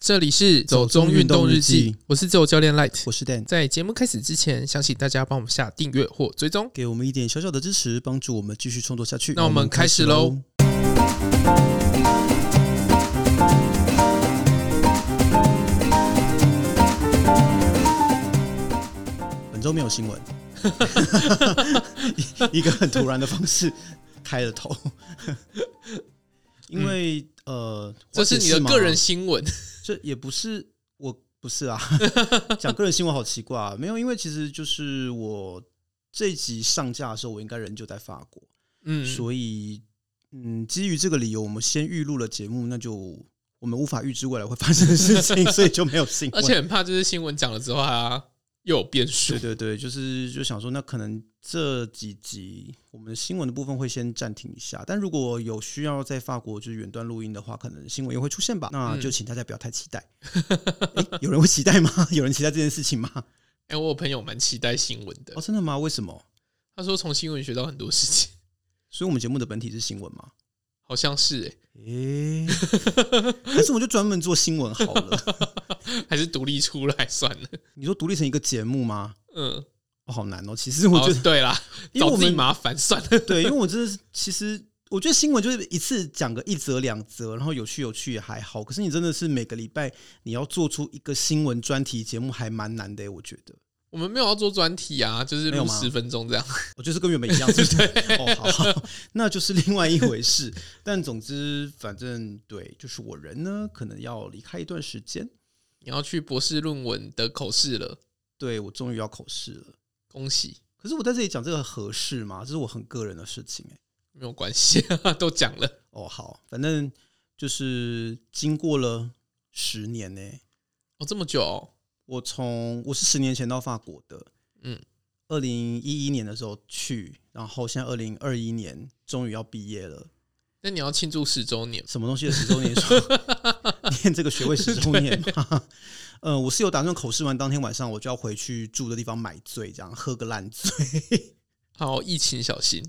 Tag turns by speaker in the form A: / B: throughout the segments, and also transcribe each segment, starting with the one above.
A: 这里是
B: 走中运动日记，
A: 我是自由教练 Light。
B: 我是 Dan，
A: 在节目开始之前，相信大家帮我们下订阅或追踪。
B: 给我们一点小小的支持，帮助我们继续创作下去。
A: 那我们开始喽。
B: 本周没 有新闻，一一个很突然的方式开了头， 因为、呃，
A: 嗯这是你的
B: 我解释吗
A: 个人，新闻，
B: 这也不是我不是啊，讲个人新闻好奇怪啊，没有，因为其实就是我这一集上架的时候，我应该人就在法国。
A: 嗯，
B: 所以，嗯，基于这个理由，我们先预录了节目，那就我们无法预知未来会发生的事情，所以就没有新
A: 而
B: 闻。
A: 且很怕就是新闻讲了之后啊，又有变数
B: 对。对对，就是就想说，那可能这几集我们的新闻的部分会先暂停一下，但如果有需要在法国就是远端录音的话，可能新闻也会出现吧。那
A: 嗯
B: 就请大家不要太期待。诶有人会期待吗？ 有人期待这件事情吗？
A: 哎、我有朋友蛮期待新闻的
B: 哦，，真的吗？为什么？
A: 他说从新闻学到很多事情，
B: 所以我们节目的本体是新闻吗？
A: 好像是哎、
B: 诶、 还是我就专门做新闻好了。
A: 欸还是独立出来算了。
B: 你说独立成一个节目吗？
A: 嗯，
B: 哦、好难哦。其实我觉
A: 哦
B: 得，
A: 对啦，
B: 因为
A: 找
B: 我
A: 自己
B: 们
A: 麻烦算了。
B: 对，因为我真的是，其实我觉得新闻就是一次讲个一则两则，然后有趣有趣也还好。可是你真的是每个礼拜你要做出一个新闻专题节目，还蛮难的耶。欸我觉得，
A: 我们没有要做专题啊，就是
B: 没有
A: 录
B: 吗
A: 十分钟这样。
B: 我就是跟原本一样，是不是？哦，好好，那就是另外一回事。但总之，反正对，就是我人呢，可能要离开一段时间。
A: 你要去博士论文的口试了，
B: 对我终于要口试了。
A: 恭喜，
B: 可是我在这里讲这个合适吗？这是我很个人的事情耶
A: 没有关系， 都讲了。
B: 哦，好，反正就是经过了十年呢、欸
A: 哦，这么久哦、
B: 我从我是十年前到法国的，
A: 嗯
B: 嗯，二零一一年的时候去，然后现在二零二一年终于要毕业了，
A: 那你要庆祝十周年，
B: 什么东西的十周年 说念这个学位十周年吗？ 呃，我是有打算口试完当天晚上我就要回去住的地方买醉，这样喝个烂醉。
A: 好，疫情小心。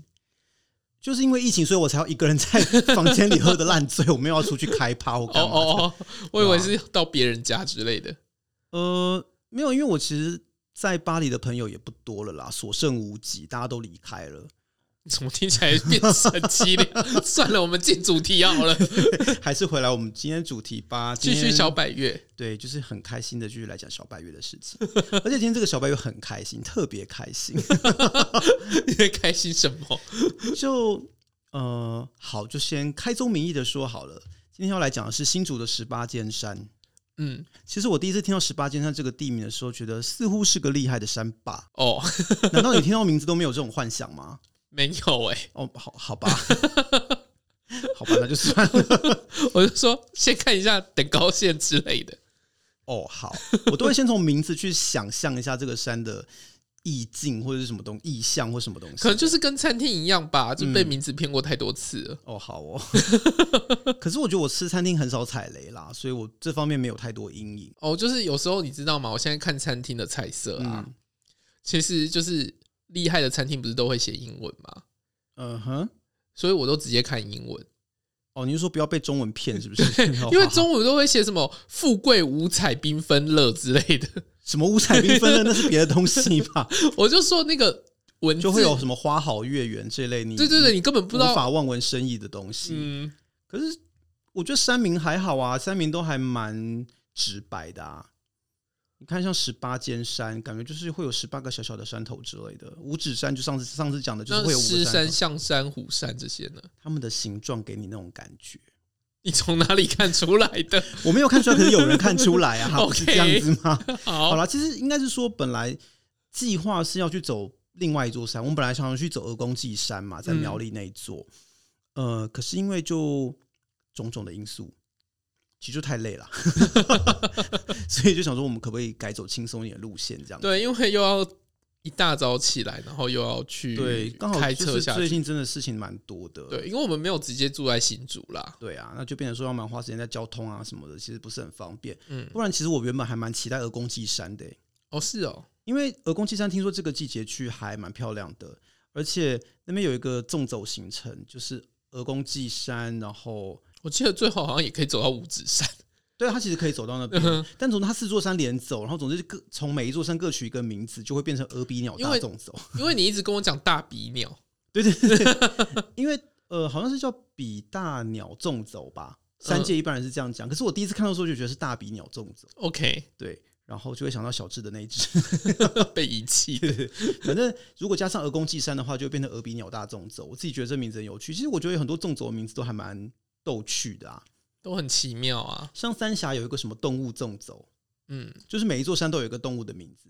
B: 就是因为疫情，所以我才要一个人 在房间里喝的烂醉，我没有要出去开趴或
A: 哦
B: 干嘛的。啊
A: 哦 哦，我以为是到别人家之类的。
B: 呃，没有，因为我其实在巴黎的朋友也不多了啦，所剩无几，大家都离开了。
A: 怎么听起来变成凄凉？ 算了，我们进主题好了，
B: 还是回来我们今天主题吧。
A: 继
B: 今
A: 续
B: 天
A: 小百月。
B: 对，就是很开心的继续来讲小白月的事情。 而且今天这个小白月很开心，特别开心。
A: 你在开心什么？
B: 就呃，好，就先开宗明义的说好了，今天要来讲的是新竹的十八尖山。
A: 嗯，？
B: 其实我第一次听到十八尖山这个地名的时候，觉得似乎是个厉害的山吧
A: 哦，
B: 难道你听到名字都没有这种幻想吗？
A: 没有哎、
B: 哦，好好吧， 好吧，那就算了。
A: 我就说先看一下等高线之类的。
B: 哦，好，我都会先从名字去想象一下这个山的意境或者是什么东意象或什么东西，
A: 可能就是跟餐厅一样吧，就被
B: 嗯
A: 名字骗过太多次了。
B: 哦，好哦。 可是我觉得我吃餐厅很少踩雷啦，所以我这方面没有太多阴影。
A: 哦，就是有时候你知道吗？我现在看餐厅的菜色啊，
B: 嗯
A: 其实就是厉害的餐厅不是都会写英文吗？
B: 嗯哼，
A: 所以我都直接看英文，
B: 哦，你是说不要被中文骗是不是？哦
A: 因为
B: 好好
A: 中文都会写什么“富贵五彩缤纷乐”之类的。
B: 什么五彩缤纷的那是别的东西吧，
A: 我就说那个文字
B: 就会有嗯什么花好月圆这类你
A: 对对对，你根本不知
B: 无
A: 道。
B: 法望文生义的东西。
A: 嗯，
B: 可是我觉得山名还好啊，山名都还蛮直白的啊。你看，像十八尖山，感觉就是会有十八个小小的山头之类的。五指山就上次上次讲的，就是
A: 那
B: 会有五
A: 狮
B: 个山
A: 山、
B: 头，
A: 象山、虎山这些呢？
B: 它们的形状给你那种感觉。
A: 你从哪里看出来 的？
B: 我没有看出来，可是有人看 出来啊，不是
A: OK
B: 这样子吗？好
A: 好，
B: 啦，其实应该是说，本来计划是要去走另外一座山，我们本来想要去走鹅公祭山嘛，在苗栗那一座，呃，可是因为就种种的因素，其实就太累了， 所以就想说，我们可不可以改走轻松一点的路线，这样？
A: 对，因为又要一大早起来，然后又要去
B: 对，刚好
A: 开
B: 就
A: 车
B: 是
A: 下
B: 最
A: 去。
B: 近真的事情蛮多的，
A: 对，因为我们没有直接住在新竹啦。
B: 对啊，那就变成说要蛮花时间在交通啊什么的，其实不是很方便。
A: 嗯，
B: 不然，其实我原本还蛮期待鹅公祭山的欸、
A: 哦，是哦，
B: 因为鹅公鸡山听说这个季节去还蛮漂亮的，而且那边有一个纵走行程，就是鹅公祭山，然后
A: 我记得最后好像也可以走到五指山。
B: 对，它其实可以走到那边，
A: 嗯哼
B: 但总之它四座山连走，然后总之就各从每一座山各取一个名字，就会变成鹅鼻鸟
A: 因
B: 大
A: 为
B: 众走。
A: 因为你一直跟我讲大鼻鸟，
B: 对对对对，因为呃，好像是叫比大鸟纵走吧，三
A: 嗯
B: 界一般人是这样讲。可是我第一次看到的时候就觉得是大比鸟纵走，
A: OK，
B: 对，然后就会想到小智的那一只。
A: 被遗弃的，
B: 反正如果加上鹅公祭山的话，就会变成鹅比鸟大纵走。我自己觉得这名字很有趣。其实我觉得有很多纵走的名字都还蛮逗趣的啊，
A: 都很奇妙啊。
B: 像三峡有一个什么动物纵走，
A: 嗯，
B: 就是每一座山都有一个动物的名字。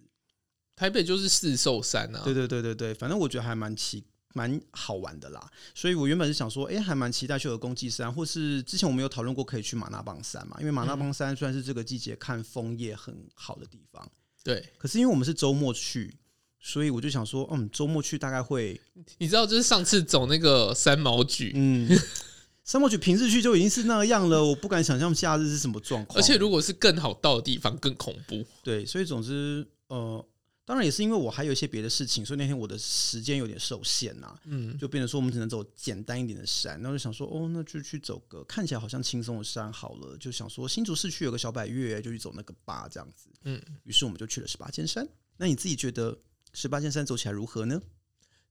A: 台北就是四兽山啊
B: 对。对对对对，反正我觉得还蛮奇。蛮好玩的啦，所以我原本是想说，哎、还蛮期待去鹅公祭山，或是之前我们有讨论过可以去马那邦山嘛，因为马那邦山算是这个季节看枫叶很好的地方。
A: 对，
B: 可是因为我们是周末去，所以我就想说，嗯，周末去大概会，
A: 你知道，就是上次走那个三毛榉，
B: 嗯， 三毛举平日去就已经是那样了，我不敢想象夏日是什么状况。
A: 而且如果是更好到的地方，更恐怖。
B: 对，所以总之，呃，当然也是因为我还有一些别的事情，所以那天我的时间有点受限呐、
A: 嗯，
B: 就变成说我们只能走简单一点的山，然后就想说，哦，那就去走个看起来好像轻松的山好了，就想说新竹市区有个小百越，就去走那个吧，这样子。
A: 嗯，
B: 于是我们就去了十八尖山。那你自己觉得十八尖山走起来如何呢？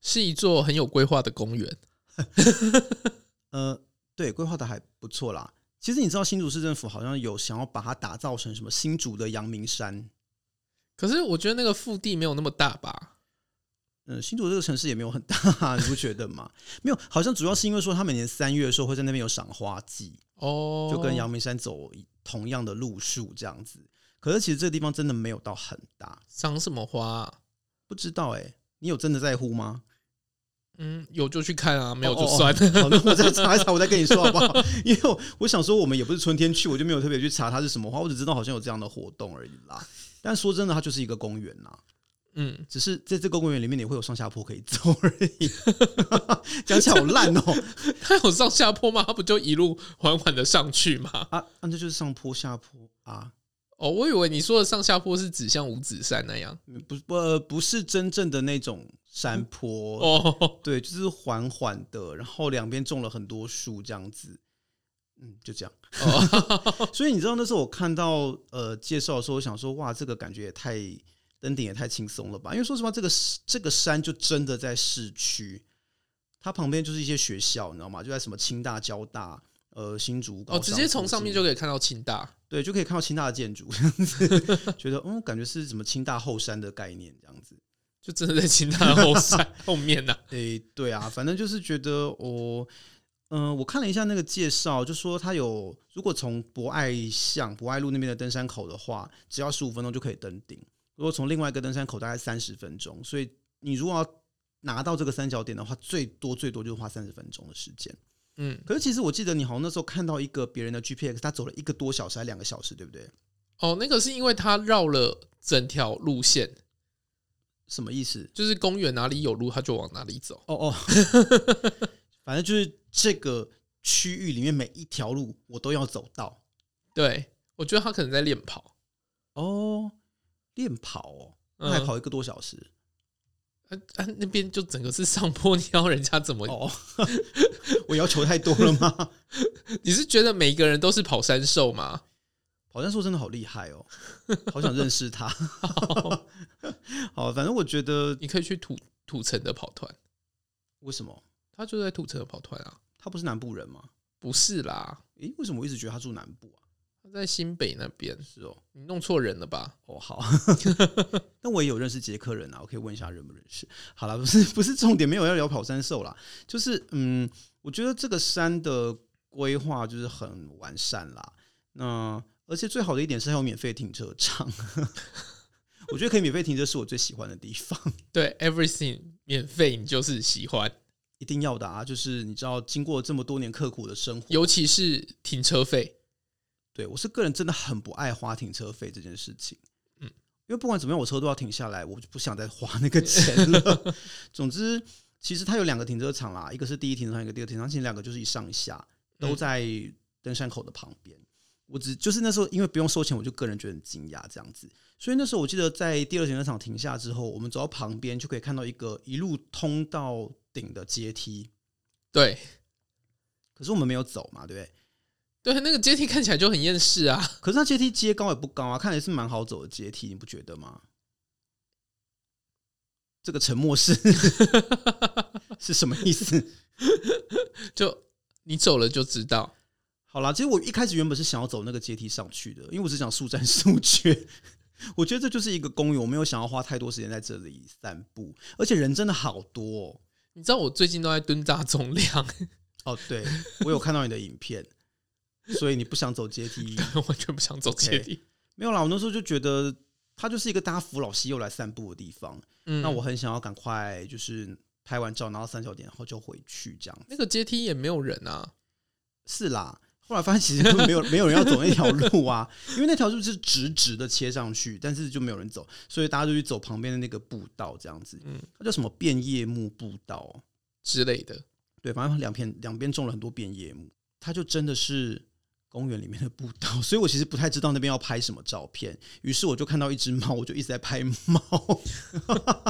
A: 是一座很有规划的公园。
B: 呃，对，规划的还不错啦。其实你知道新竹市政府好像有想要把它打造成什么新竹的阳明山，
A: 可是我觉得那个腹地没有那么大吧？
B: 嗯，新竹这个城市也没有很大，你不觉得吗？没有，好像主要是因为说他每年三月的时候会在那边有赏花季，
A: 哦，
B: 就跟阳明山走同样的路数这样子。可是其实这个地方真的没有到很大，
A: 赏什么花啊、
B: 不知道哎、你有真的在乎吗？
A: 嗯，有就去看啊，没有
B: 哦
A: 就
B: 哦
A: 算了。
B: 好，那我再查一 查，我再跟你说好不好？因为我我想说，我们也不是春天去，我就没有特别去查它是什么花，我只知道好像有这样的活动而已啦。但说真的，它就是一个公园啦，
A: 嗯，
B: 只是在这个公园里面，你会有上下坡可以走而 已。讲起来好烂哦、
A: 它有上下坡吗？它不就一路缓缓的上去吗？
B: 啊，那、这就是上坡下坡啊，
A: 哦，我以为你说的上下坡是指像五指山那样。
B: 嗯不不、呃、不是真正的那种山坡，
A: 哦，
B: 对，就是缓缓的，然后两边种了很多树这样子，嗯，就这样。
A: 哦
B: 所以你知道那时候我看到呃介绍的时候，我想说哇，这个感觉也太登顶也太轻松了吧？因为说实话，这个这个山就真的在市区，它旁边就是一些学校，你知道吗？就在什么清大、交大。呃，新竹高
A: 哦，直接
B: 商
A: 从
B: 附
A: 上面
B: 近
A: 就可以看到清大。
B: 对，就可以看到清大的 建筑，这样子觉得嗯，感觉是什么清大后山的概念这样子。
A: 就真的在清大的后 山后面呢、
B: 诶、对啊，反正就是觉得我，嗯、我看了一下那个介绍，就说它有，如果从博爱巷、博爱路那边的登山口的话，只要十五分钟就可以登顶；如果从另外一个登山口，大概三十分钟。所以你如果要拿到这个三角点的话，最多最多就是花三十分钟的时间。
A: 嗯，
B: 可是其实我记得你好像那时候看到一个别人的 GPX，他走了一个多小时还两个小时，对不对？
A: 哦，那个是因为它绕了整条路线，
B: 什么意思？
A: 就是公园哪里有路，它就往哪里走。
B: 哦 哦，反正就是这个区域里面每一条路我都要走到。
A: 对，我觉得它可能在练跑，
B: 哦，练跑哦，那
A: 嗯
B: 还跑一个多小时、
A: 啊啊，那边就整个是上坡， 你要人家怎么？
B: 哦， 我要求太多了吗？
A: 你是觉得每一个人都是跑山兽吗？
B: 跑山兽真的好厉害哦，好想认识他。 好，反正我觉得
A: 你可以去土土城的跑团，
B: 为什么
A: 他就在土城的跑团啊，
B: 他不是南部人吗？
A: 不是啦，
B: 诶，为什么我一直觉得他住南部啊？
A: 他在新北那边，
B: 是哦，
A: 你弄错人了吧？
B: 哦好， 但我也有认识捷克人啊，我可以问一下认不认识。好了，不是 不是重点，没有要聊跑山兽啦，就是嗯，我觉得这个山的规划就是很完善啦。那而且最好的一点是还有免费停车场， 我觉得可以免费停车是我最喜欢的地方，
A: 对，everything 免费，你就是喜欢，
B: 一定要的啊！就是你知道，经过这么多年刻苦的生活，
A: 尤其是停车费。
B: 对我是个人真的很不爱花停车费这件事情。嗯
A: 嗯，
B: 因为不管怎么样，我车都要停下来，我就不想再花那个钱 了。总之，其实它有两个停车场啦，一个是第一停车场，一个第二停车场，其实两个就是一上一下都
A: 嗯
B: 在登山口的旁边。我只就是那时候因为不用收钱，我就个人觉得很惊讶这样子。所以那时候我记得在第二停车场停下之后，我们走到旁边就可以看到一个一路通到顶的阶梯，
A: 对，
B: 可是我们没有走嘛，对不对？
A: 对，那个阶梯看起来就很厌世啊。
B: 可是它阶梯阶高也不高啊，看来是蛮好走的阶梯，你不觉得吗？这个沉默是 是什么意思？
A: 就你走了就知道，
B: 好啦，其实我一开始原本是想要走那个阶梯上去的，因为我只想速战速决。 我觉得这就是一个公园，我没有想要花太多时间在这里散步，而且人真的好多哦。
A: 你知道我最近都在蹲大重量，
B: 哦，对，我有看到你的影片， 所以你不想走阶梯，
A: 完全不想走阶梯。
B: 没有啦。我那时候就觉得它就是一个大家扶老西幼来散步的地方，
A: 嗯，
B: 那我很想要赶快就是拍完照，然后三小点然后就回去这样。
A: 那个阶梯也没有人啊，
B: 是啦，后来发现其实根 本没有没有人要走那条路啊，因为那条路是直直的切上去，但是就没有人走，所以大家就去走旁边的那个步道这样子。
A: 嗯
B: 它叫什么变叶木步道哦、
A: 之类的。
B: 对，反正两片两边种了很多变叶木，它就真的是公园里面的步道， 所以我其实不太知道那边要拍什么照片。于是我就看到一只猫，我就一直在拍猫。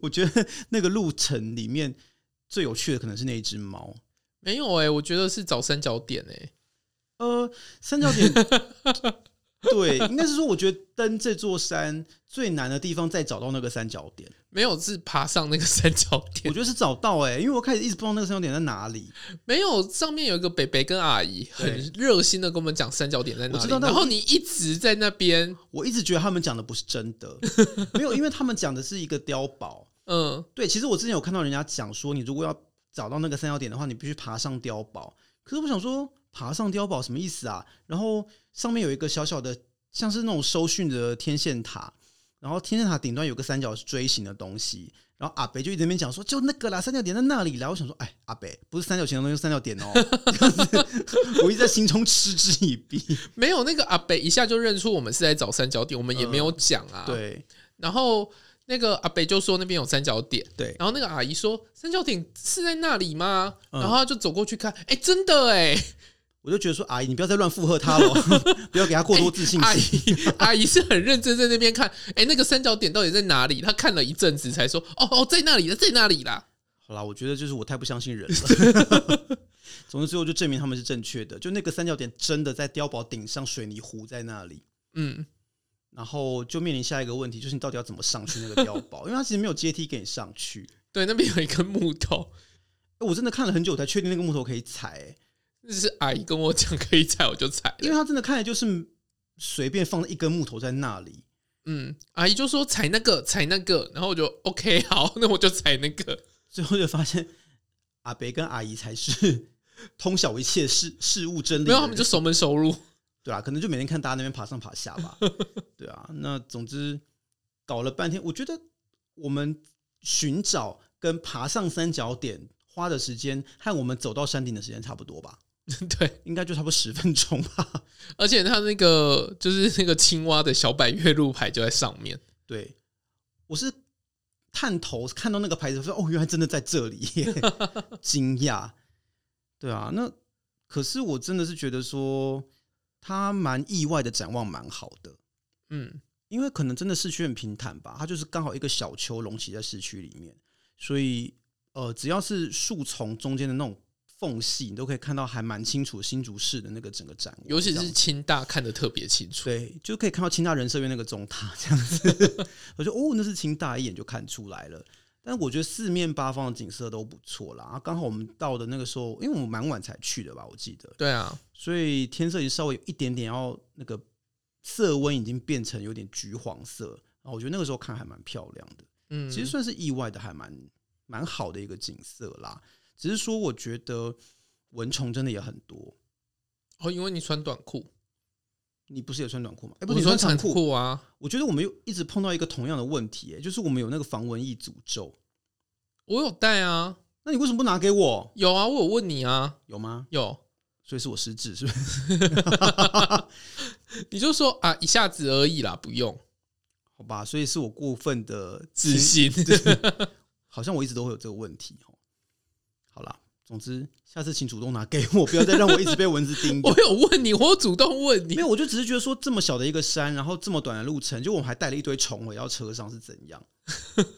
B: 我觉得那个路程里面最有趣的可能是那一只猫。
A: 没有哎、我觉得是找三角点哎、
B: 呃，三角点， 对，应该是说，我觉得登这座山最难的地方，再找到那个三角点，
A: 没有是爬上那个三角
B: 我
A: 点，
B: 觉得是找到哎、因为我开始一直不知道那个三角点在哪里。
A: 没有上面有一个北北跟阿姨很热心的跟我们讲三角点在哪
B: 我知
A: 里
B: 道，但
A: 然后
B: 我
A: 你一直在那边，
B: 我一直觉得他们讲的不是真的，没有，因为他们讲的是一个碉堡。
A: 嗯，
B: 对，其实我之前有看到人家讲说，你如果要找到那个三角点的话，你必须爬上碉堡。可是我想说，爬上碉堡什么意思啊？然后上面有一个小小的，像是那种收讯的天线塔，然后天线塔顶端有个三角锥形的东西。然后阿北就一直在那边讲说，就那个啦，三角点在那里啦。我想说，哎，阿北不是三角形的东西，是三角点哦。这样子我一直在心中嗤之以鼻。
A: 没有那个阿北一下就认出我们是在找三角点，我们也没有讲啊。，
B: 嗯对
A: 然后那个阿北就说那边有三角点，
B: 对，
A: 然后那个阿姨说三角点是在那里吗？
B: 嗯
A: 然后她就走过去看，哎、真的 哎、
B: 我就觉得说，阿姨，你不要再乱附和他了， 不要给他过多自信
A: 阿
B: 心。
A: 姨阿姨是很认真在那边看，哎、那个三角点到底在哪里？她看了一阵子才说，哦哦，在那里了，在那里啦。
B: 好啦，我觉得就是我太不相信人了。 总之最后就证明他们是正确的，就那个三角点真的在碉堡顶上水泥糊在那里，
A: 嗯，
B: 然后就面临下一个问题，就是你到底要怎么上去那个碉堡？因 为它其实没有阶梯给你上去。
A: 对，那边有一根木头，
B: 哎我真的看了很久才确定那个木头可以踩、哎
A: 那是阿姨跟我讲可以踩，我就踩
B: 因
A: 了。
B: 为它真的看起来就是随便放了一根木头在那里。
A: 嗯，阿姨就说踩那个，踩那个，然后我就 OK，好，那我就踩那个。
B: 最后就发现阿北跟阿姨才是 通晓一切事事物真理的
A: 没有，
B: 人，
A: 他们就熟门熟路。
B: 对啊，可能就每天看大家那边爬上爬下吧。对啊，那总之搞了半天，我觉得我们寻找跟爬上三角点花的时间，和我们走到山顶的时间差不多吧，
A: 对，
B: 应该就差不多十分钟吧。
A: 而且他那个 就是那个青蛙的小百月路牌就在上面。
B: 对，我是探头看到那个牌子，说哦，原来真的在这里耶，惊讶。对啊，那可是我真的是觉得说，他蛮意外的，展望蛮好的。
A: 嗯，
B: 因为可能真的市区很平坦吧，它就是刚好一个小丘隆起在市区里面，所以呃，只要是树丛中间的那种缝隙，你都可以看到还蛮清楚新竹市的那个整个展望
A: 尤其
B: 这
A: 是
B: 样
A: 清大看得特别清楚。
B: 对，就可以看到清大人社院那个中塔这样子， 我就哦，那是清大，一眼就看出来了。但我觉得四面八方的景色都不错啦。啊刚好我们到的那个时候，因为我们蛮晚才去的吧，我记得，
A: 对啊，
B: 所以天色已经稍微有一点点要那个色温已经变成有点橘黄色，然后我觉得那个时候看还蛮漂亮的，
A: 嗯，
B: 其实算是意外的还蛮蛮好的一个景色啦。只是说我觉得蚊虫真的也很多，
A: 哦，因为你穿短裤，
B: 你不是也穿短裤吗？哎、不
A: 我
B: 是你
A: 穿
B: 长
A: 长裤啊，
B: 我觉得我们又一直碰到一个同样的问题、哎，就是我们有那个防蚊疫诅咒。
A: 我有带啊，
B: 那你为什么不拿给我？
A: 有啊，我有问你啊，
B: 有吗？
A: 有，
B: 所以是我失智，是不是？
A: 你就说啊，一下子而已啦，不用
B: 好吧，所以是我过分的
A: 自信。
B: 好像我一直都会有这个问题哦。好啦，总之下次请主动拿给我， 不要再让我一直被蚊子叮 咬。
A: 我有问你，我有主动问你
B: 没，有，我就只是觉得说这么小的一个山，然 后这么短的路程，就我们还带了一堆虫回到车上是怎样？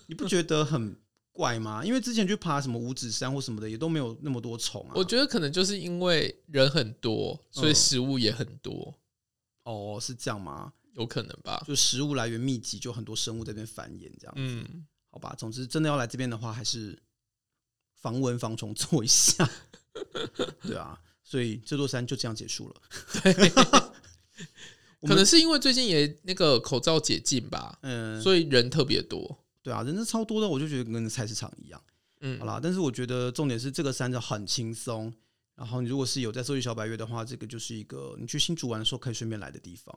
B: 你不觉得很怪吗？因为之前去爬什么五指山或什么的，也都没有那么多虫啊。嗯
A: 我觉得可能就是因为人很多，所以食物也很多，
B: 哦，是这样吗？
A: 有可能吧。
B: 就食物来源密集，就很多生物在那边繁衍这样。
A: 嗯，
B: 好吧，总之真的要来这边的话，还是防蚊防虫做一 下。对啊，所以这座山就这样结束了。
A: 可
B: 我们
A: 能是因为最近也那个口罩解禁吧，
B: 嗯，
A: 所以人特别多。
B: 对啊，人是超多的，我就觉得跟菜市场一样。
A: 嗯
B: 好，啦，但是我觉得重点是这个山就很轻松。然后你如果是有在收集小白月的话，这个就是一个你去新竹玩的时候可以顺便来的地方。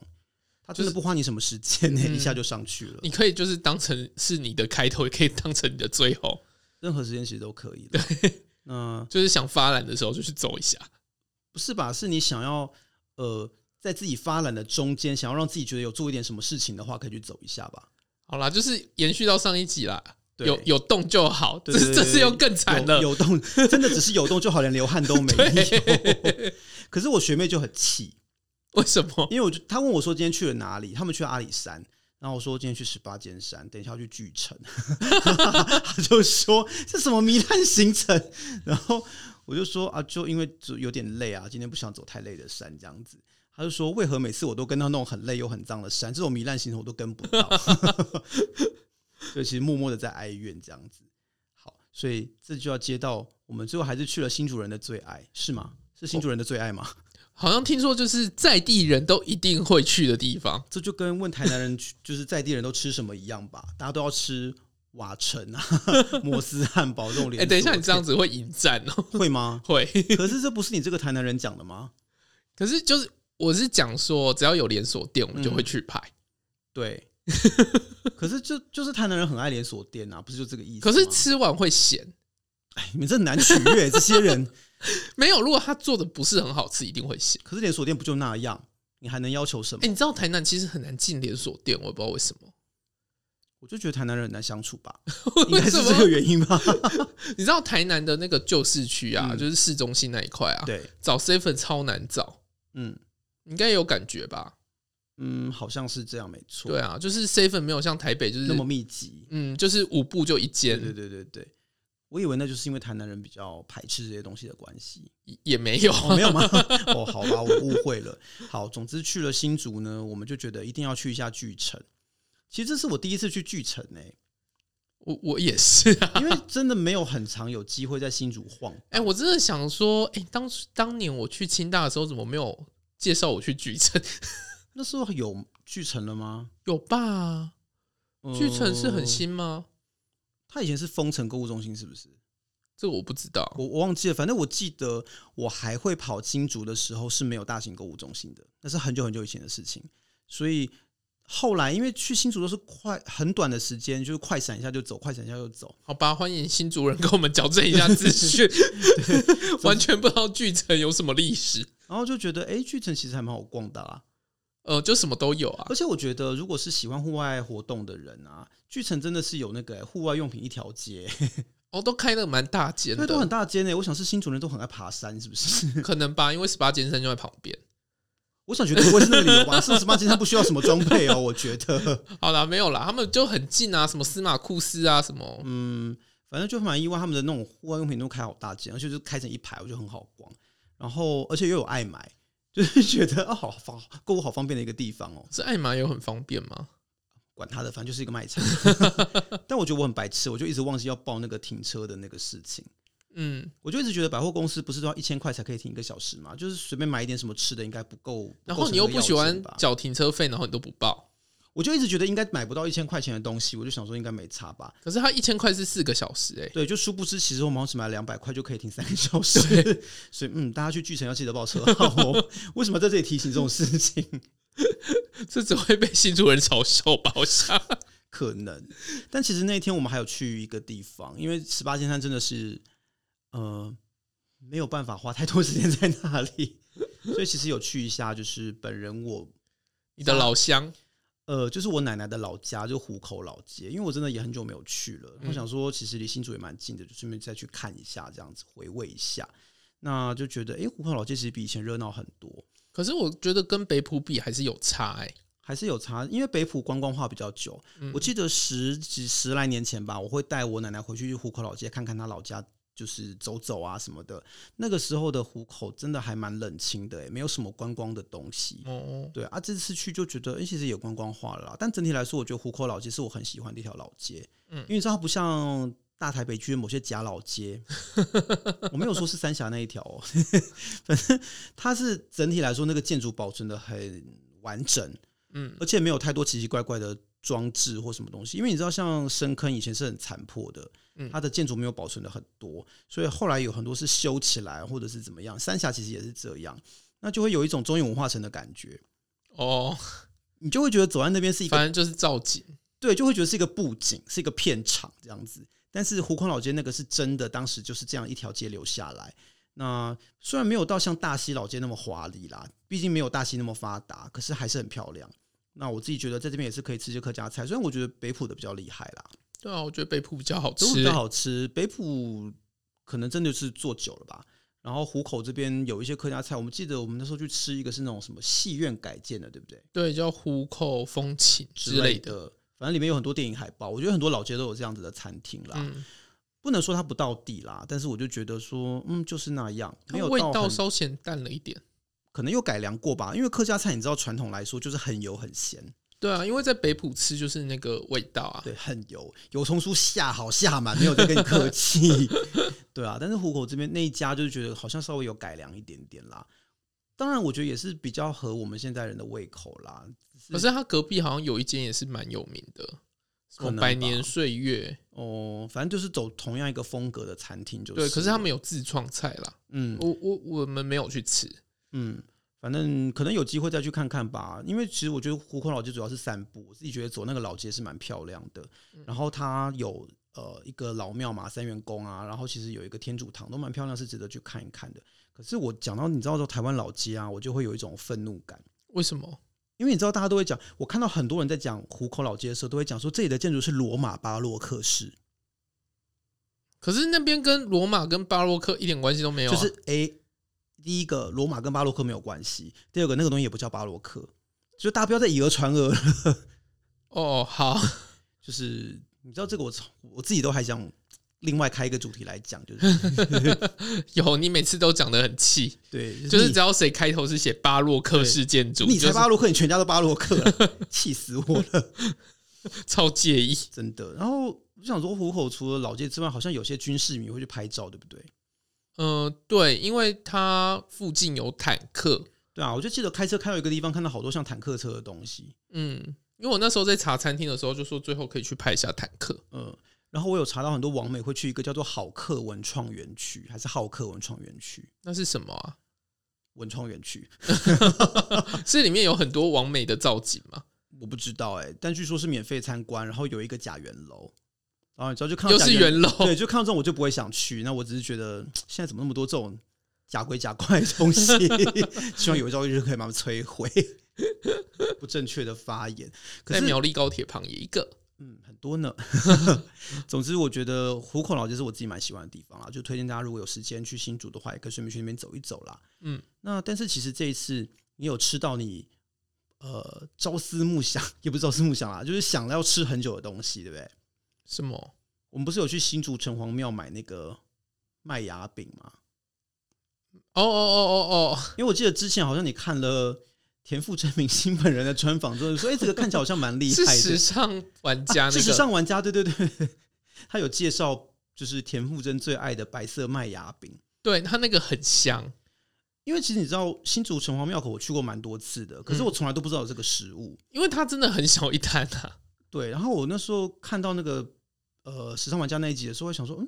B: 它真的不花你什么时间呢、
A: 嗯
B: 一下就上去 了，
A: 你可以就是当成是你的开头，也可以当成你的最后，
B: 任何时间其实都可以的。嗯、
A: 就是想发懒的时候就去走一下。
B: 不是吧？是你想要呃，在自己发懒的中间，想要让自己觉得有做一点什么事情的话，可以去走一下吧。
A: 好啦，就是延续到上一集啦，
B: 对
A: 有有动就好，这
B: 对对对
A: 这次又更惨了。
B: 有有动真的只是有动就好，连流汗都 没有。 可是我学妹就很气，
A: 为什么？
B: 因为我就她问我说今天去了哪里，他们去了阿里山，然后我说今天去十八尖山，等一下要去巨城， 她就说这什么糜烂行程，然后我就说啊，就因为就有点累啊，今天不想走太累的山这样子。她就说：“为何每次我都跟她那种很累又很脏的山，这种糜烂行程我都跟不到？” 所以其实默默的在哀怨这样子。好，所以这就要接到我们最后还是去了新主人的最爱，是吗？是新主人的最爱吗？
A: 好像听说就是在地人都一定会去的地方。
B: 这就跟问台南人去 就是在地人都吃什么一样吧，大家都要吃瓦城啊、 摩斯汉堡这种
A: 哎、
B: 连锁。
A: 等一下，你这样子会迎战哦、？
B: 会吗
A: 会。
B: 可是这不是你这个台南人讲的吗？
A: 可是就是我是讲说，只要有连锁店，我们就会去
B: 嗯
A: 排。
B: 对，可是就就是台南人很爱连锁店啊，不是就这个意思
A: 可
B: 吗？
A: 是吃完会咸，
B: 哎你们真的很难取 悦这些人。
A: 没有。如果他做的不是很好吃，一定会咸。
B: 可是连锁店不就那样，你还能要求什么
A: 哎、？你知道台南其实很难进连锁店，我也不知道为什么。
B: 我就觉得台南人很难相处吧，应
A: 为
B: 该是
A: 什
B: 这个
A: 么？
B: 原因 吧？
A: 你知道台南的那个旧市区啊，
B: 嗯
A: 就是市中心那一块啊，
B: 对，
A: 找 seven 超难找，
B: 嗯
A: 你应该有感觉吧？
B: 嗯，好像是这样，没错。
A: 对啊，就是 seven 没有像台北就是
B: 那么密集，
A: 嗯，就是五步就一间，
B: 对对对对对，我以为那就是因为台南人比较排斥这些东西的关系。
A: 也也没有。
B: 哦，没有吗？哦，好吧，我误会了。好，总之去了新竹呢，我们就觉得一定要去一下巨城。其实这是我第一次去巨城 诶、
A: 我我也是啊。
B: 因为真的没有很常有机会在新竹晃。
A: 哎、我真的想说，哎、当初当年我去清大的时候，怎么没有介绍我去巨城？
B: 那时候有巨城了吗？
A: 有吧？
B: 呃
A: 巨城是很，新吗？
B: 嗯它以前是丰城购物中心，是不是？
A: 这个我不知道。
B: 我我忘记了，反正我记得我还会跑新竹的时候是没有大型购物中心的，那是很久很久以前的事情。所以后来因为去新竹都是快很短的时间，就是快闪一下就走，快闪一下就走。
A: 好吧，欢迎新族人跟我们矫正一下资 讯， 完全不知道巨城有什么历史。
B: 然后就觉得，哎，巨城其实还蛮好逛的啊。
A: 呃，就什么都有啊
B: 而。且我觉得，如果是喜欢户外活动的人啊，巨城真的是有那个诶户外用品一条街，
A: 哦，都开的蛮大间
B: 因为都很
A: 的，
B: 大街呢。我想是新竹人都很爱爬山，是不是？
A: 可能吧，因为十八尖山就在旁边。
B: 我想觉得不会是那个理由吧？四十八街它不需要什么装备哦，我觉得。
A: 好啦，没有啦，他们就很近啊，什么司马库斯啊，什么
B: 嗯，反正就蛮意外，他们的那种户外用品都开好大件，而且就是开成一排，我觉得很好逛。然后，而且又有爱买，就是觉得哦，好方购物好方便的一个地方哦。
A: 是爱马有很方便吗？
B: 管他的，反正就是一个卖场。 但我觉得我很白痴，我就一直忘记要报那个停车的那个事情。
A: 嗯，
B: 我就一直觉得百货公司不是都要一千块才可以停一个小时嘛？就是随便买一点什么吃的，应该不够。
A: 然
B: 够
A: 后
B: 成
A: 你又
B: 这
A: 不
B: 个
A: 喜
B: 要件
A: 欢
B: 吧
A: 缴停车费，然后你都不报。
B: 我就一直觉得应该买不到一千块钱的东西，我就想说应该没差吧。
A: 可是它一千块是四个小时、欸，
B: 对，就殊不知，其实我们好像只买两百块就可以停三个小时，所以嗯，大家去巨城要记得报车号哦。 为什么在这里提醒这种事情？
A: 这只会被新主人嘲笑吧？我想，
B: 可能，但其实那一天我们还有去一个地方，因为十八尖山真的是，呃，没有办法花太多时间在那里， 所以其实有去一下，就是本人我，
A: 你的老乡，
B: 呃，就是我奶奶的老家，就湖口老街，因为我真的也很久没有去了，
A: 嗯
B: 我想说其实离新竹也蛮近的，就顺便再去看一下，这样子回味一下。那就觉得，哎、湖口老街其实比以前热闹很多，
A: 可是我觉得跟北浦比还是有差、欸，
B: 还是有差，因为北浦观光化比较久。我记得十几十来年前吧，我会带我奶奶回去虎口老街看看她老家，就是走走啊什么的。那个时候的虎口真的还蛮冷清的、欸，没有什么观光的东西。
A: 哦，
B: 对啊，这次去就觉得，哎、其实也观光化了啦。但整体来说，我觉得湖口老街是我很喜欢的一条老街，
A: 嗯
B: 因为你知道它不像大台北区某些假老 街，我没有说是三峡那一条哦， 反正它是整体来说那个建筑保存的很完整，
A: 嗯
B: 而且没有太多奇奇怪怪的装置或什么东西。因为你知道，像深坑以前是很残破的
A: 嗯，
B: 它的建筑没有保存的很多，所以后来有很多是修起来或者是怎么样。三峡其实也是这样，那就会有一种中原文化城的感觉。
A: 哦，
B: 你就会觉得走在那边是一个
A: 反正就是造景，
B: 对，就会觉得是一个布景，是一个片场这样子。但是湖口老街那个是真的，当时就是这样一条街留下来。那虽然没有到像大溪老街那么华丽啦，毕竟没有大溪那么发达，可是还是很漂亮。那我自己觉得在这边也是可以吃些客家菜，虽然我觉得北浦的比较厉害啦，
A: 对啊，我觉得北浦比较好
B: 北浦比
A: 吃
B: 较，好吃，北浦可能真的是做久了吧。然后湖口这边有一些客家菜，我们记得我们那时候去吃一个是那种什么戏院改建的，对不对？
A: 对，叫虎口风情之类的，
B: 的。反正里面有很多电影海报，我觉得很多老街都有这样子的餐厅啦。
A: 嗯，
B: 不能说它不到地啦，但是我就觉得说，嗯，就是那样，
A: 它
B: 没有
A: 味
B: 到
A: 道
B: 很
A: 稍显淡了一点。
B: 可能又改良过吧。因为客家菜你知道传统来说就是很油很咸，
A: 对啊，因为在北浦吃就是那个味道啊，
B: 对，很油，油葱酥下好下满，没有在跟你客 气，对啊。但是虎口这边那一家就是觉得好像稍微有改良一点点啦。当然，我觉得也是比较合我们现在人的胃口啦。
A: 可是它隔壁好像有一间也是蛮有名的，什
B: 可
A: 么
B: 能
A: 百
B: 吧
A: 年岁月，
B: 哦，反正就是走同样一个风格的餐厅，就是
A: 对，可是他
B: 了
A: 们有自创菜啦，
B: 嗯
A: 我我我们没有去吃，
B: 嗯，反正可能有机会再去看看吧，因为其实我觉得湖口老街主要是散步，我自己觉得走那个老街是蛮漂亮的。
A: 嗯
B: 然后它有呃一个老庙嘛，三元宫啊，然后其实有一个天主堂，都蛮漂亮，是值得去看一看的。可是我讲到你知道说台湾老街啊，我就会有一种愤怒感，
A: 为什么？
B: 因为你知道大家都会讲，我看到很多人在讲湖口老街的时候，都会讲说这里的建筑是罗马巴洛克式，
A: 可是那边跟罗马跟巴洛克一点关系都没有、啊，
B: 就是诶，第一个罗马跟巴洛克没有关系，第二个那个东西也不叫巴洛克，就大家不要再以讹传讹了。
A: 哦，好，
B: 就是你知道这个我从，我自己都还想另外开一个主题来讲，就是
A: 有你每次都讲的很气，
B: 对，就
A: 就是
B: 你
A: 只要谁开头是写巴洛克式建筑，
B: 你
A: 就
B: 才
A: 是
B: 巴洛克，你全家都巴洛克啊，气死我了，
A: 超介意。
B: 真的。然后我想说，虎口除了老街之外，好像有些军事迷会去拍照，对不对？
A: 嗯、对，因为它附近有坦克，
B: 对啊，我就记得开车开到一个地方，看到好多像坦克车的东西，
A: 嗯，因为我那时候在查餐厅的时候就说最后可以去拍一下坦克，
B: 嗯。然后我有查到很多网美会去一个叫做好客文创园区，还是好客文创园区，
A: 那是什么啊？
B: 文创园区，
A: 是里面有很多完美的造景嘛？
B: 我不知道哎、但据说是免费参观，然后有一个假圆楼，然后你知道就看到
A: 又
B: 假
A: 是
B: 圆
A: 元楼，
B: 哦 对，就看到这种我就不会想去。那我只是觉得现在怎么那么多这种假鬼假怪的东西， 希望有朝一日可以把它们摧毁。 不正确的发言，可
A: 在
B: 是
A: 苗栗高铁旁也一个。
B: 嗯很多呢。 总之，我觉得虎口老街是我自己蛮喜欢的地方啦，就推荐大家如果有时间去新竹的话，也可以顺便去那边走一走啦。
A: 嗯，
B: 那但是其实这一次你有吃到你呃朝思暮想，也不是朝思暮想啦，就是想要吃很久的东西，对不对？
A: 什么？
B: 我们不是有去新竹城隍庙买那个麦芽饼吗？
A: 哦哦哦哦哦，
B: 因为我记得之前好像你看了田馥甄明星本人的专访之后，说：“哎、这个看起来好像蛮厉 害
A: 是时
B: 的。
A: 尚玩
B: 啊
A: 家那个。
B: 是时尚玩家，对对对，他有介绍就是田馥甄最爱的白色麦芽饼。
A: 对它那个很香，
B: 因为其实你知道新竹城隍庙口我去过蛮多次的，可是我从来都不知道有这个食物。
A: 因为它真的很小一摊啊。
B: 对，然后我那时候看到那个呃时尚玩家那一集的时候，我想说，嗯，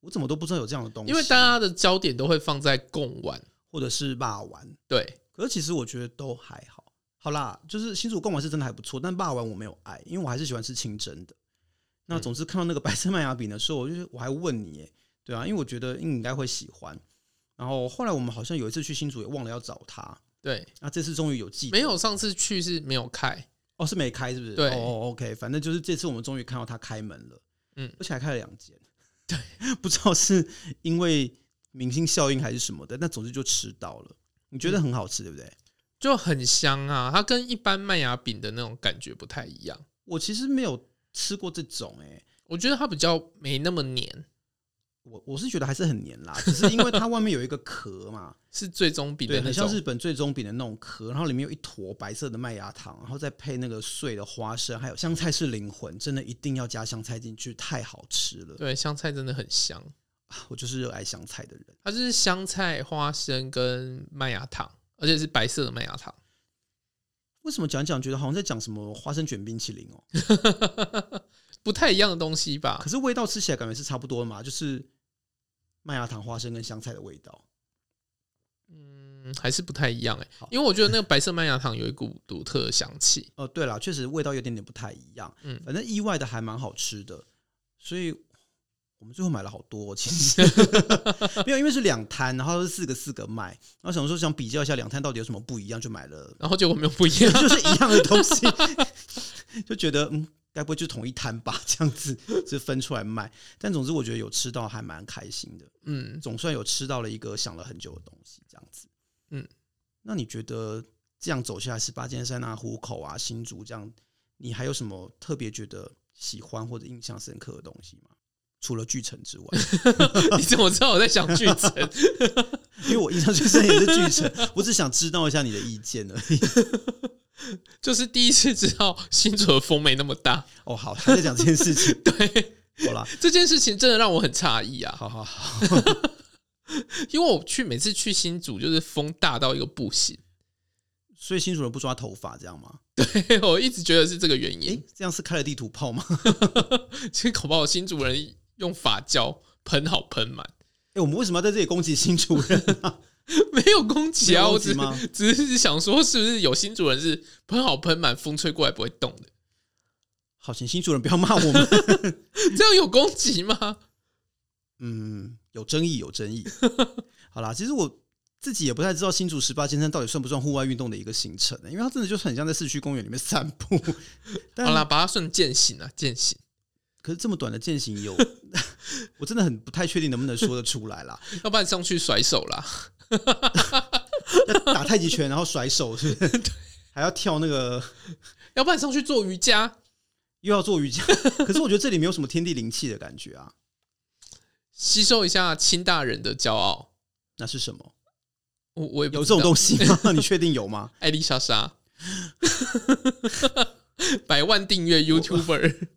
B: 我怎么都不知道有这样的东西，
A: 因为大家的焦点都会放在贡丸，
B: 或者是霸丸，
A: 对，
B: 可是其实我觉得都还好。好啦，就是新竹贡丸是真的还不错，但霸丸我没有爱，因为我还是喜欢吃清蒸的。那
A: 嗯
B: 总之看到那个白色麦芽饼的时候，我就我还问你耶，对啊，因为我觉得你应该会喜欢。然后后来我们好像有一次去新竹也忘了要找他，
A: 对，
B: 那这次终于有记得
A: 没有上次去是没有开，
B: 哦，是没开是不是？
A: 对
B: 哦哦，OK，反正就是这次我们终于看到他开门了，
A: 嗯
B: 而且还开了两间，对， 不知道是因为明星效应还是什么的，但总之就吃到了。你觉得很好吃，对不对？
A: 就很香啊，它跟一般麦芽饼的那种感觉不太一样。
B: 我其实没有吃过这种、欸，哎，
A: 我觉得它比较没那么黏，
B: 我我是觉得还是很黏啦，只是因为它外面有一个 壳嘛，
A: 是最终饼
B: 对，
A: 的那
B: 很像
A: 种
B: 日。本最终饼的那种壳，然后里面有一坨白色的麦芽糖，然后再配那个碎的花生，还有香菜是灵魂，真的一定要加香菜进去，太好吃了。
A: 对，香菜真的很香，
B: 啊我就是热爱香菜的人。
A: 它就是香菜、花生跟麦芽糖，而且是白色的麦芽糖。
B: 为什么讲一讲觉得好像在讲什么花生卷冰淇淋哦？
A: 不太一样的东西吧
B: 可？是味道吃起来感觉是差不多的嘛，就是麦芽糖、花生跟香菜的味道。
A: 嗯，还是不太一样哎、
B: 好
A: 因为我觉得那个白色麦芽糖有一股独特的香气。
B: 哦，对了，确实味道有点点不太一样。
A: 嗯
B: 反正意外的还蛮好吃的，所以我们最后买了好多、哦，其实没有，因为是两摊，然后是四个四个卖，然后想说想比较一下两摊到底有什么不一样，就买 了
A: 然后结果没有不一样，
B: 就是一样的东西， 就觉得嗯，该不会就同一摊吧？这样子就分出来卖。但总之，我觉得有吃到还蛮开心的，
A: 嗯，
B: 总算有吃到了一个想了很久的东西，这样子。
A: 嗯，
B: 那你觉得这样走下来，十八间山啊、虎口啊、新竹这样，你还有什么特别觉得喜欢或者印象深刻的东西吗？除了巨城之外，
A: 你怎么知道我在想巨城？
B: 因为我印象最深也是巨城，我只想知道一下你的意见而已。
A: 就是第一次知道新竹的风没那么大，
B: 哦，好，还在讲这件事情，
A: 对
B: 好啦，
A: 这件事情真的让我很诧异啊！
B: 好好好，
A: 因为我去每次去新竹，就是风大到一个不行，
B: 所以新主人不抓头发这样吗？
A: 对我一直觉得是这个原
B: 诶、
A: 因。
B: 这样是开了地图炮吗？
A: 其实搞不好新竹人用发胶喷好喷满，
B: 诶、我们为什么要在这里攻击新主人啊？
A: 没有攻击啊，
B: 没有
A: 我
B: 攻击
A: 只
B: 吗
A: 只是想说，是不是有新竹人是喷好喷满，风吹过来不会动的？
B: 好，请新主人不要骂我们。
A: 这样有攻击吗？
B: 嗯，有争议，有 争议。好啦，其实我自己也不太知道新竹十八尖山到底算不算户外运动的一个行程、欸因为它真的就是很像在市区公园里面散 步。但
A: 好啦，把它算践行啊，践行。
B: 可是这么短的践行有， 我真的很不太确定能不能说得出 来啦。
A: 要不然上去甩手啦。
B: 要打太极拳，然后甩手，是不是？还要跳那个，
A: 要不然上去做瑜伽。
B: 又要做瑜伽。可是我觉得这里没有什么天地灵气的感觉啊。
A: 吸收一下清大人的骄傲。
B: 那是什么？
A: 我我也不
B: 有这
A: 知道
B: 种东西吗？你确定有吗？
A: 艾丽莎莎， 百万订阅 YouTuber，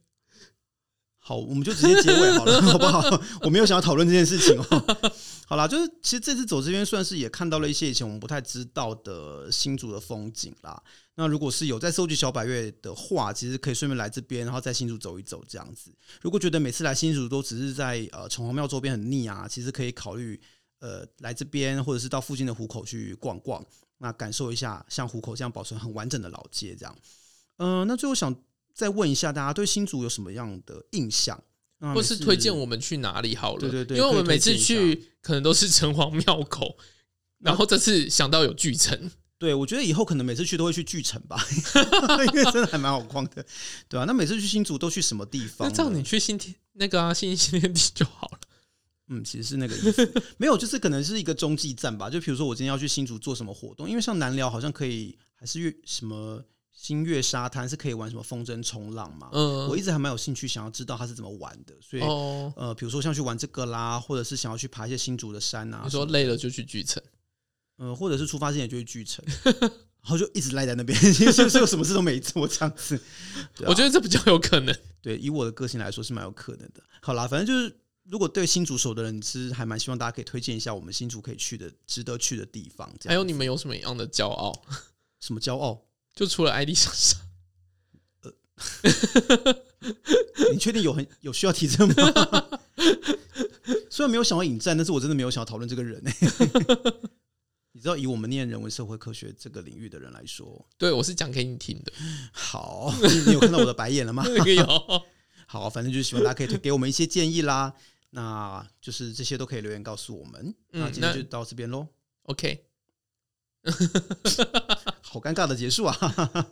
B: 好，我们就直接结尾好了，好不好？我没有想要讨论这件事情哦。 好啦，就是其实这次走这边算是也看到了一些以前我们不太知道的新竹的风景啦。那如果是有在收集小百月的话，其实可以顺便来这边，然后在新竹走一走这样子。如果觉得每次来新竹都只是在呃城隍庙周边很腻啊，其实可以考虑呃来这边或者是到附近的湖口去逛逛，那感受一下像湖口这样保存很完整的老街这样。嗯、那最后想再问一下大家对新竹有什么样的印象，那
A: 或
B: 每
A: 是
B: 次
A: 推荐我们去哪里好了？
B: 啊对对对
A: 因为我们
B: 可以
A: 每次
B: 推荐一
A: 去可能都是城隍庙口，然后这次想到有巨城，
B: 对，我觉得以后可能每次去都会去巨城吧，因为真的还蛮好逛的，对啊，那每次去新竹都去什么地方
A: 那
B: 呢？
A: 这样你去新天那个啊，新新天地就好 了。
B: 嗯，其实是那个意思，没有，就是可能是一个中继站吧。就比如说我今天要去新竹做什么活动，因为像南寮好像可以，还是月什么新月沙滩是可以玩什么风筝冲浪嘛。
A: 嗯，
B: 我一直还蛮有兴趣，想要知道它是怎么玩的，所以、
A: 哦，
B: 呃，比如说像去玩这个啦，或者是想要去爬一些新竹的山啊
A: 你，说累了就去巨城，
B: 嗯、或者是出发之前就会聚 城，然后就一直赖在那边， 其实就是什么事都没做这样子。对啊
A: 我觉得这比较有可 能。
B: 对，以我的个性来说是蛮有可能的。好啦，反正就是如果对新竹熟的人，其实还蛮希望大家可以推荐一下我们新竹可以去的、值得去的地方。这样
A: 还有你们有什么样的骄傲？
B: 什么骄傲？
A: 就除了艾丽莎莎，
B: 你确定有很有需要提这吗？ 虽然没有想要引战，但是我真的没有想要讨论这个人、欸 你知道，以我们念人文社会科学这个领域的人来说，
A: 对我是讲给你听 的，
B: 好，你有看到我的白眼了吗？
A: 那个有。
B: 好，反正就是希望大家可以推给我们一些建议啦。那就是这些都可以留言告诉我们。
A: 嗯
B: 那今天
A: 那
B: 就到这边喽，
A: OK，
B: 好尴尬的结束啊！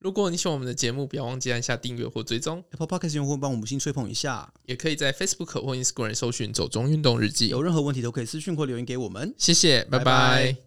A: 如果你喜欢我们的节目，不要忘记按下订阅或追踪，
B: Apple Podcast 用户帮我们五星吹捧一下，
A: 也可以在 Facebook 或 Instagram 搜寻“走中运动日记
B: 有任何问题都可以私讯或留言给我们”。。
A: 谢谢，拜
B: 拜
A: 拜
B: 拜